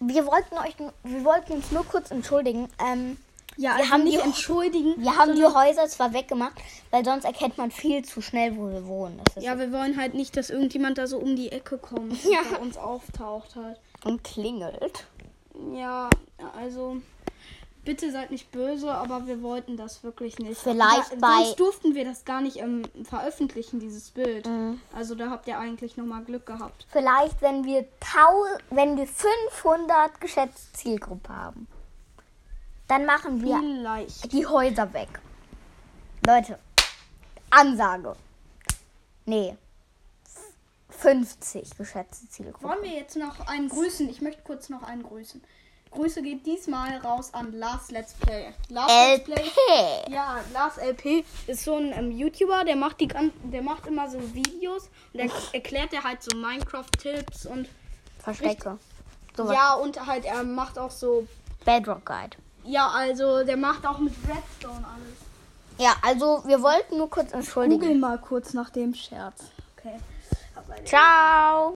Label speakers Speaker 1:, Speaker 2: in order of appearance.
Speaker 1: wir wollten euch, wir wollten uns nur kurz entschuldigen. Ähm,
Speaker 2: Ja,
Speaker 1: Wir
Speaker 2: also
Speaker 1: haben
Speaker 2: nicht
Speaker 1: die-
Speaker 2: entschuldigen.
Speaker 1: wir haben die
Speaker 2: sondern-
Speaker 1: Häuser zwar weggemacht, weil sonst erkennt man viel zu schnell, wo wir wohnen. Das ist
Speaker 2: Ja, wir wollen halt nicht, dass irgendjemand da so um die Ecke kommt
Speaker 1: Ja.
Speaker 2: und bei uns auftaucht halt.
Speaker 1: und klingelt.
Speaker 2: Ja, also bitte seid nicht böse, aber wir wollten das wirklich nicht.
Speaker 1: Vielleicht
Speaker 2: Aber
Speaker 1: bei-
Speaker 2: sonst durften wir das gar nicht ähm, veröffentlichen dieses Bild. Also da habt ihr eigentlich noch mal Glück gehabt.
Speaker 1: Vielleicht, wenn wir, tau wenn wir 500 geschätzte Zielgruppe haben, dann machen wir
Speaker 2: Vielleicht.
Speaker 1: die Häuser weg. Leute, Ansage. Nee. 50 geschätzte Zielgruppe.
Speaker 2: Wollen wir jetzt noch einen grüßen? Ich möchte kurz noch einen grüßen. Grüße geht diesmal raus an Lars Let's Play. Lars
Speaker 1: LP.
Speaker 2: Ja, Lars LP ist so ein ähm, YouTuber, der macht die gan- der macht immer so Videos und dann erklärt er halt so Minecraft-Tipps und
Speaker 1: Verstecke. So was.
Speaker 2: ja und halt er macht auch so
Speaker 1: Bedrock Guide.
Speaker 2: ja also der macht auch mit Redstone alles.
Speaker 1: Ja, also wir wollten nur kurz entschuldigen.
Speaker 2: mal kurz nach dem Scherz. Okay. Aber
Speaker 1: Ciao.